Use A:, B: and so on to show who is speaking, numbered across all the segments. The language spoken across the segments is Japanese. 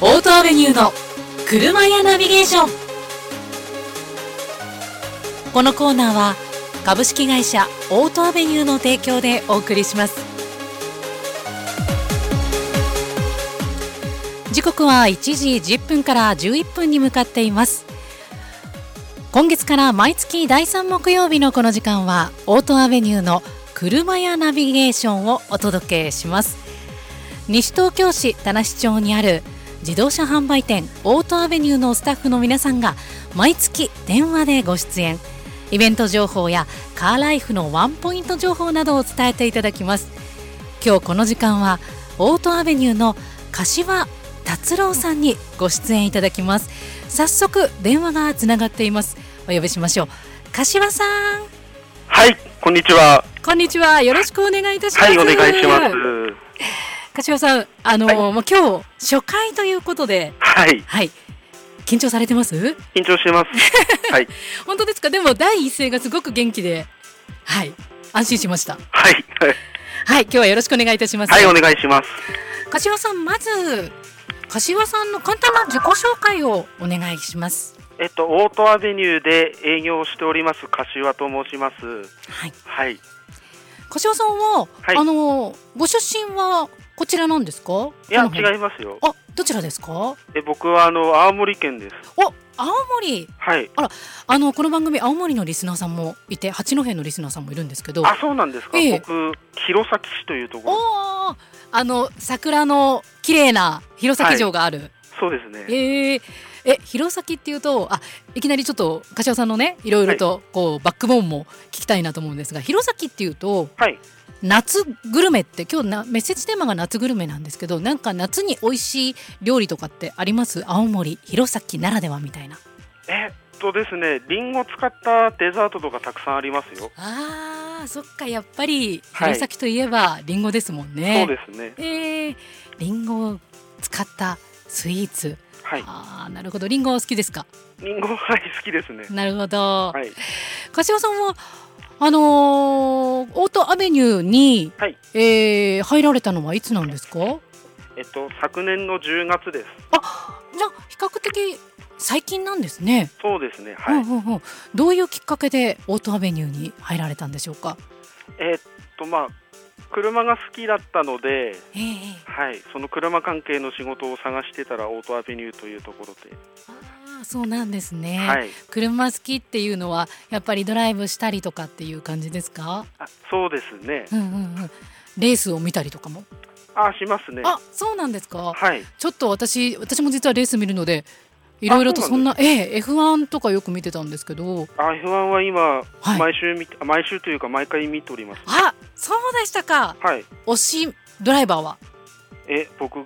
A: オートアベニューの車屋ナビゲーションこのコーナーは株式会社オートアベニューの提供でお送りします時刻は1時10分から11分に向かっています今月から毎月第3木曜日のこの時間はオートアベニューの車屋ナビゲーションをお届けします西東京市田無町にある自動車販売店オートアベニューのスタッフの皆さんが毎月電話でご出演イベント情報やカーライフのワンポイント情報などを伝えていただきます今日この時間はオートアベニューの柏達郎さんにご出演いただきます早速電話がつながっていますお呼びしましょう柏さん
B: はい、こんにちは。
A: こんにちはよろしくお願いいたします
B: はい、お願いします。
A: 柏さんあの、
B: はい
A: もう今日初回ということで
B: はい、
A: はい緊張されてます
B: 緊張して ます。はい、
A: 本当ですかでも第一声がすごく元気ではい安心しました
B: はい、
A: はい今日はよろしくお願いいたします、
B: はい、お願いします。
A: 柏さんまず柏さんの簡単な自己紹介をお願いします
B: えっと、オートアベニューで営業をしております、柏と申します。
A: はい
B: はい、
A: 柏さんは、
B: はい
A: あのご出身はこちらなんですか
B: いや、
A: この辺
B: 違いますよ。
A: あどちらですかお
B: え、僕はあの青森県です。
A: 青森
B: はい。
A: あのこの番組青森のリスナーさんもいて八戸のリスナーさんもいるんですけど
B: あ、そうなんですか。
A: ええ
B: 僕、弘前市というところ。
A: おーあの桜の綺麗な弘前城がある、
B: そうですね。
A: えーえ弘前っていうとあいきなりちょっと柏さんのねいろいろとこう、バックボーンも聞きたいなと思うんですが弘前っていうと
B: はい。
A: 夏グルメって今日なメッセージテーマが夏グルメなんですけどなんか夏に美味しい料理とかってあります青森弘前ならではみたいな
B: えっとですね、リンゴを使ったデザートとかたくさんありますよ。
A: あーそっかやっぱり
B: はい
A: 弘前といえばりんごですもんね、
B: そうですね。
A: えー、リンゴを使ったスイーツ。
B: はい。
A: ああ、なるほど。リンゴお好きですか。
B: リンゴ、はい、好きですね。
A: なるほど。
B: はい。
A: 柏さんはあのーオートアベニューに、
B: はい
A: えー入られたのはいつなんですか。じゃ
B: えっと、昨年の10月です。
A: あ比較的最近なんですね。
B: そうですね。はい。
A: うんうんうん。どういうきっかけでオートアベニューに入られたんでしょうか。
B: えーっとまあ車が好きだったので、
A: ええ
B: はい、その車関係の仕事を探してたらオートアベニューというところで、
A: あーそうなんですね、
B: はい、
A: 車好きっていうのはやっぱりドライブしたりとかっていう感じですか。
B: あそうですね
A: うんうんうん。レースを見たりとかも。
B: あしますね
A: あ、そうなんですか。
B: はい
A: ちょっと私、私も実はレース見るので、いろいろと
B: あ
A: そ
B: そうんな
A: な、ええ、F1 とかよく見てたんですけど、
B: あ F1 は今、
A: はい
B: 毎週見てあ毎週というか毎回見ております
A: あ、そうでしたか。
B: はい
A: 推しドライバーは。
B: え僕フ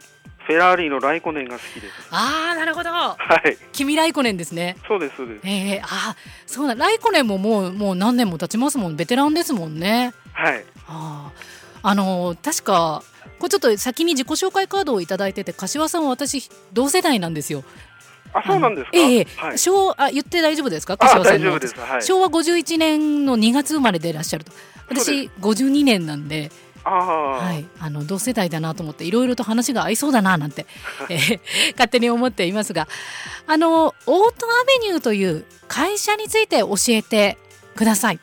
B: ェラーリのライコネンが好きです
A: ああ、なるほど。
B: はい
A: 君ライコネンですね。
B: そうですそうです
A: ええ、あー、そうな、ライコネンももう、もう何年も経ちますもん、ベテランですもんね。
B: はい
A: ああ、あのー確か。これちょっと先に自己紹介カードをいただいてて柏さんは私同世代なんですよ、
B: あそうなんですか、
A: あのええ
B: はい、
A: 昭和あ言って大丈夫ですか
B: あ
A: 柏さ
B: 大
A: んの
B: 丈夫ですはい
A: 昭和51年の2月生まれでいらっしゃると
B: そう
A: 私52年なんで、
B: ああ、
A: はい、あの同世代だなと思っていろいろと話が合いそうだななん て、えー勝手に思っていますがあのオートアベニューという会社について教えてください。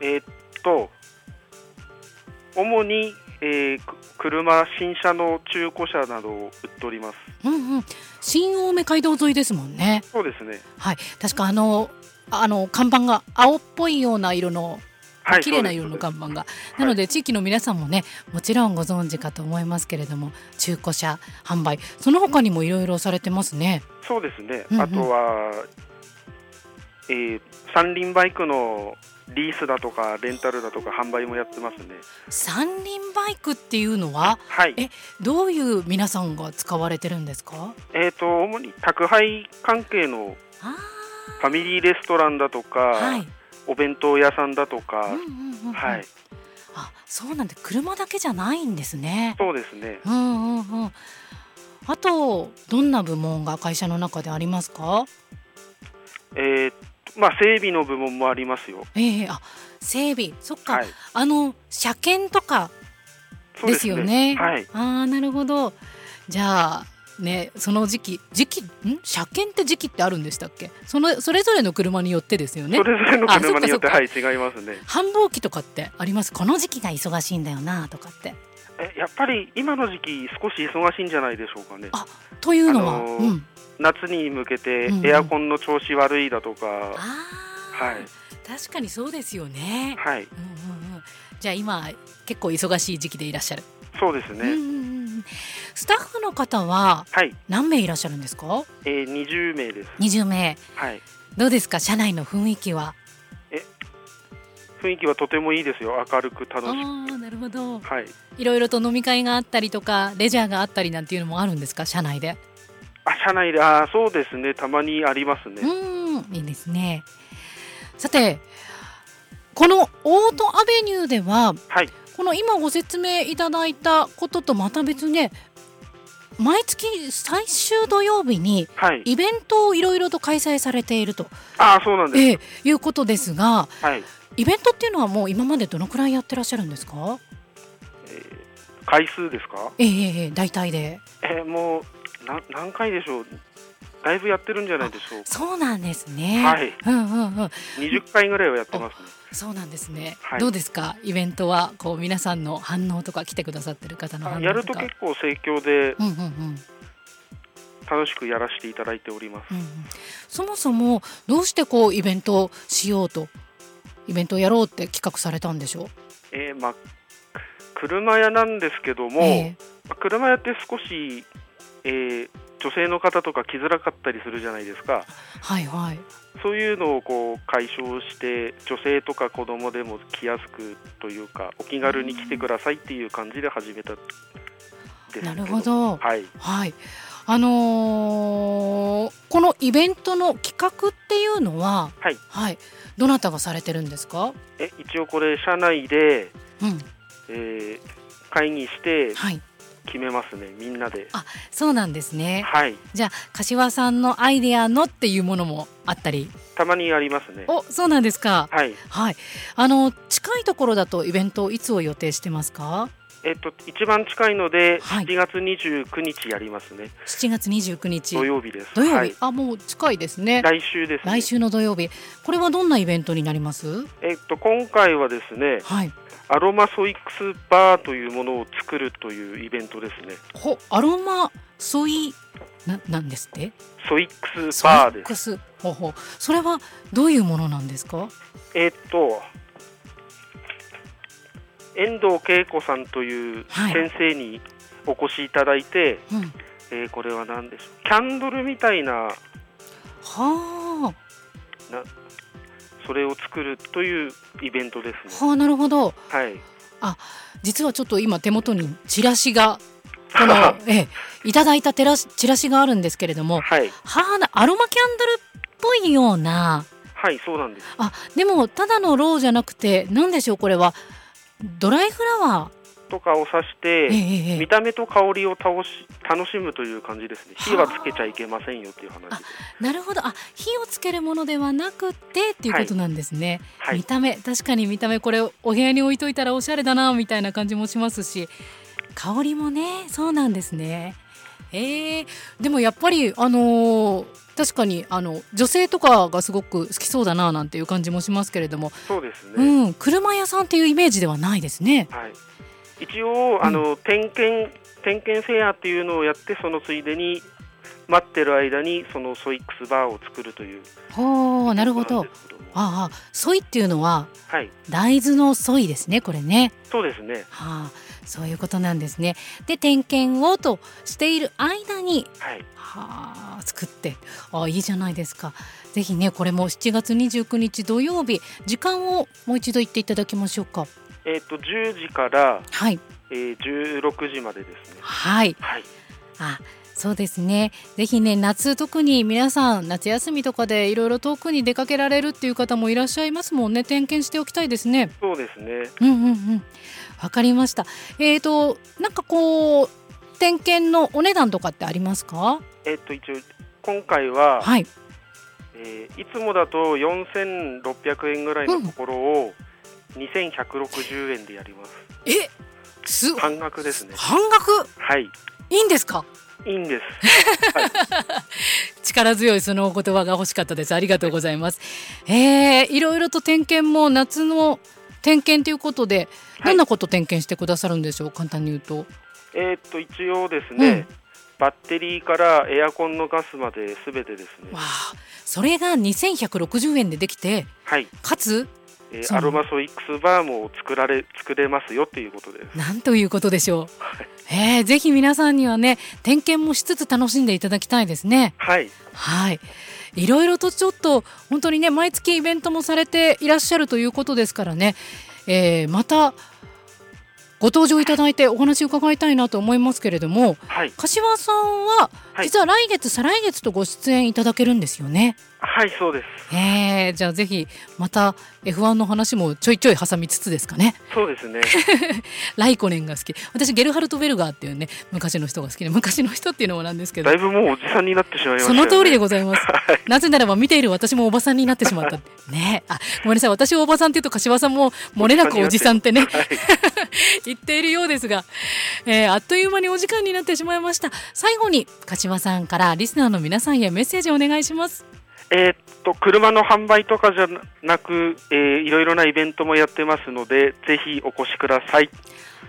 B: えーっと、主に、えーく車、新車の中古車などを売っております。
A: うんうん、新青梅街道沿いですもんね。
B: そうですね。
A: はい、確かあのあの看板が青っぽいような色の
B: はい、
A: 綺麗な色の
B: そう
A: 看板が、なので地域の皆さんもねもちろんご存知かと思いますけれども中古車販売その他にもいろいろされてますね
B: です。そうですね。
A: うんうん
B: あとは、えー三輪バイクのリースだとか、レンタルだとか、販売もやってますね。
A: 三輪バイクっていうのは
B: はい。
A: えどういう皆さんが使われてるんですか
B: えーっと、主に宅配関係の
A: あ
B: ファミリーレストランだとか、
A: ーはい、
B: お弁当屋さんだと
A: うん、
B: か
A: うんうんうん、
B: はい、
A: あそうなんで車だけじゃないんですね
B: そうですね。
A: うんうんうんあとどんな部門が会社の中でありますか
B: えーっと、まあ、整備の部門もありますよ。
A: ええあ整備そっか、
B: はい。
A: あの車検とか
B: そう
A: ですよね。
B: はい。
A: ああなるほど。じゃあねその時期時期ん車検って時期ってあるんでしたっけそのそれぞれの車によってですよね
B: それぞれの
A: あそっか
B: 車に
A: そ
B: よ
A: っ
B: っ
A: か
B: てはい違いますね
A: 繁忙期とかってありますこの時期が忙しいんだよなとかって
B: えやっぱり今の時期少し忙しいんじゃないでしょうかね
A: あというのは、
B: あのー
A: うん
B: 夏に向けて
A: うんうん
B: エアコンの調子悪いだとか、
A: あー
B: はい
A: 確かにそうですよね、
B: はい
A: うんうんうん、じゃあ今結構忙しい時期でいらっしゃる、
B: そうですね、
A: うんうんうんスタッフの方は
B: はい、
A: 何名いらっしゃるんですか
B: えー、20名です
A: 20名
B: はい
A: どうですか社内の雰囲気は
B: 雰囲気はとてもいいですよ明るく楽
A: ああ
B: し
A: ーなるほど
B: くはい
A: いろいろと飲み会があったりとかレジャーがあったりなんていうのもあるんですか社内で
B: あ社内であーそうですねたまにありますね、
A: うん、いいですね。さて、このオートアベニューでは、
B: はい
A: この今ご説明いただいたこととまた別にね、毎月最終土曜日に
B: はい
A: イベントをいろいろと開催されていると、
B: あーそうなんです、
A: ええいうことですが、
B: はい
A: イベントっていうのはもう今までどのくらいやってらっしゃるんですか？
B: 回数ですか
A: ええええええ大体で。
B: えーもうな何回でしょうだいぶやってるんじゃないでしょうか
A: そうなんですね。
B: はい
A: うんうんうん。
B: 20回ぐらいはやってますね
A: そうなんですね。
B: はい
A: どうですか？イベントはこう皆さんの反応とか来てくださってる方の反応
B: あ
A: とか。
B: やると結構盛況で
A: うんうんうん
B: 楽しくやらせていただいております
A: うんうん、そもそもどうしてこうイベントをしようとイベントをやろうって企画されたんでしょう
B: えーまあ車屋なんですけども、
A: ええ
B: まあ車屋って少し、えー女性の方とか来づらかったりするじゃないですか
A: はいはい
B: そういうのをこう解消して女性とか子供でも来やすくというかお気軽に来てくださいっていう感じで始めたんですけ
A: なるほど
B: はい
A: はいあのーこのイベントの企画っていうのは
B: はい、
A: はい、どなたがされてるんですか、
B: え一応これ社内で、
A: うん
B: えー会議して
A: はい、
B: 決めますねみんなで
A: そうなんですね
B: はい
A: じゃあ柏さんのアイデアのっていうものもあったり
B: たまにありますね
A: おそうなんですか
B: はい
A: はいあの近いところだとイベントいつを予定してますか
B: えっと一番近いので
A: はい
B: 7月29日やりますね、
A: 7月29日
B: 土曜日です
A: 土曜日、
B: はい、
A: あもう近いですね
B: 来週です、ね、
A: 来週の土曜日これはどんなイベントになります
B: えっと今回はですね
A: はい
B: アロマソイックスバーというものを作るというイベントですね
A: ほアロマソイななんですって
B: ソイックスバー
A: ソイッ
B: です
A: クスほうほうそれはどういうものなんですか
B: えっと遠藤恵子さんという
A: はい
B: 先生にお越しいただいて、
A: うん
B: えーこれは何でしょうキャンドルみたいな
A: は
B: それを作るというイベントで
A: あ
B: すね
A: はあなるほど
B: はい
A: 実はちょっと今手元にチラシがこ のええいただいたテラスチラシがあるんですけれども
B: はい
A: はあなアロマキャンドルっぽいような
B: はいそうなんです
A: あでもただのローじゃなくて何でしょうこれはドライフラワ
B: とかを指し
A: ー、え
B: て
A: えええ
B: 見た目と香りを倒し楽しむという感じですね火はつけちゃいけませんよっていう話です
A: なるほどあ火をつけるものではなくてっていうことなんですね、
B: は
A: 見
B: い
A: た目確かに見た目これお部屋に置いといたらおしゃれだなみたいな感じもしますし香りもねそうなんですねえー、でもやっぱりあのー確かにあの女性とかがすごく好きそうだななんていう感じもしますけれども、
B: そうですね、
A: うん車屋さんっていうイメージではないですね
B: はい、一応あの、点検点検セアっていうのをやってそのついでに待ってる間にそのソイックスバーを作るという
A: ほうなるほ
B: な
A: ど
B: んですけども
A: ああソイっていうのは
B: はい
A: 大豆のソイですねこれね、
B: そうですね
A: はあ、そういうことなんですねで点検をとしている間に
B: はい
A: はあ作ってあいいじゃないですかぜひねこれも7月29日土曜日時間をもう一度言っていただきましょうか
B: えっ、と10時から、
A: はい
B: えー、16時までですね
A: はい
B: はい
A: あそうですねぜひね夏特に皆さん夏休みとかでいろいろ遠くに出かけられるっていう方もいらっしゃいますもんね点検しておきたいですね
B: そうですね
A: うんうんうん。わかりました。えっ、と、なんかこう、点検のお値段とかってありますか。
B: えっ、と一応今回は、
A: はい。
B: えーいつもだと4600円ぐらいのところを2160円でやります
A: え、す、
B: 半額ですね
A: 半額
B: はい
A: いいんですか。
B: いいんです。
A: 力強いそのお言葉が欲しかったです。ありがとうございます。えー、いろいろと点検も夏の点検ということで、
B: はい
A: どんなこと点検してくださるんでしょう。簡単に言うと。
B: えーっと一応ですね、バッテリーからエアコンのガスまで全てですね
A: わ。あ、それが2160円でできて、
B: はい、
A: かつ
B: えー
A: そう
B: アロマソイックスバームを作られ作れますよっていうことです。
A: なんということでしょう。えー、ぜひ皆さんにはね、点検もしつつ楽しんでいただきたいですね。
B: はい、
A: はい。いろいろとちょっと本当にね毎月イベントもされていらっしゃるということですからね、えーまたご登場いただいてお話伺いたいなと思いますけれども
B: はい、
A: 柏さんは
B: はい
A: 実は来月、再来月とご出演いただけるんですよね。
B: はい、そうです。
A: えー、じゃあぜひまた F1 の話もちょいちょい挟みつつですかね。
B: そうですね。
A: ライコネンが好き私ゲルハルト・ベルガーっていうね昔の人が好きで昔の人っていうのもなんですけど
B: だいぶもうおじさんになってしまいました、
A: そ
B: ね。
A: の通りで
B: ご
A: ござい ます。 なぜならば見ている私もおばさんになってしまったって。ねえあ、ごめんなさい。私をおばさんって言うと柏さんも漏れなくおじさんってね、
B: はい、
A: 言っているようですが、えーあっという間にお時間になってしまいました。最後に柏さんからリスナーの皆さんへメッセージをお願いします。
B: えーっと車の販売とかじゃなく、えーいろいろなイベントもやってますので、ぜひお越しください。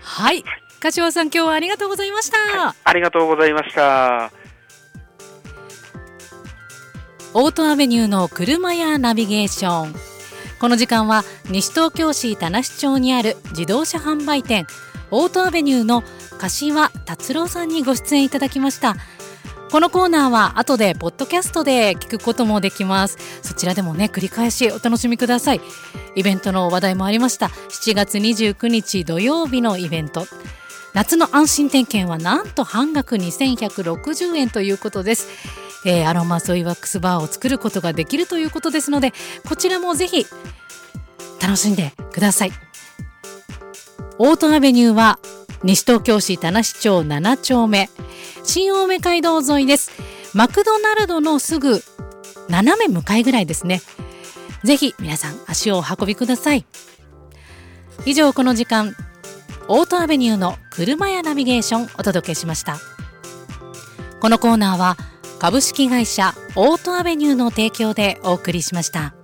A: はい。柏さん今日はありがとうございました。
B: ありがとうございました。
A: オートアベニューの車やナビゲーションこの時間は西東京市田無町にある自動車販売店オートアベニューの柏達郎さんにご出演いただきましたこのコーナーは後でポッドキャストで聞くこともできますそちらでもね繰り返しお楽しみくださいイベントの話題もありました7月29日土曜日のイベント夏の安心点検はなんと半額2160円ということです、えーアロマソイワックスバーを作ることができるということですのでこちらもぜひ楽しんでくださいオートアベニューは西東京市田無町7丁目新青梅街道沿いですマクドナルドのすぐ斜め向かいぐらいですねぜひ皆さん足をお運びください以上この時間オートアベニューの車やナビゲーションお届けしましたこのコーナーは株式会社オートアベニューの提供でお送りしました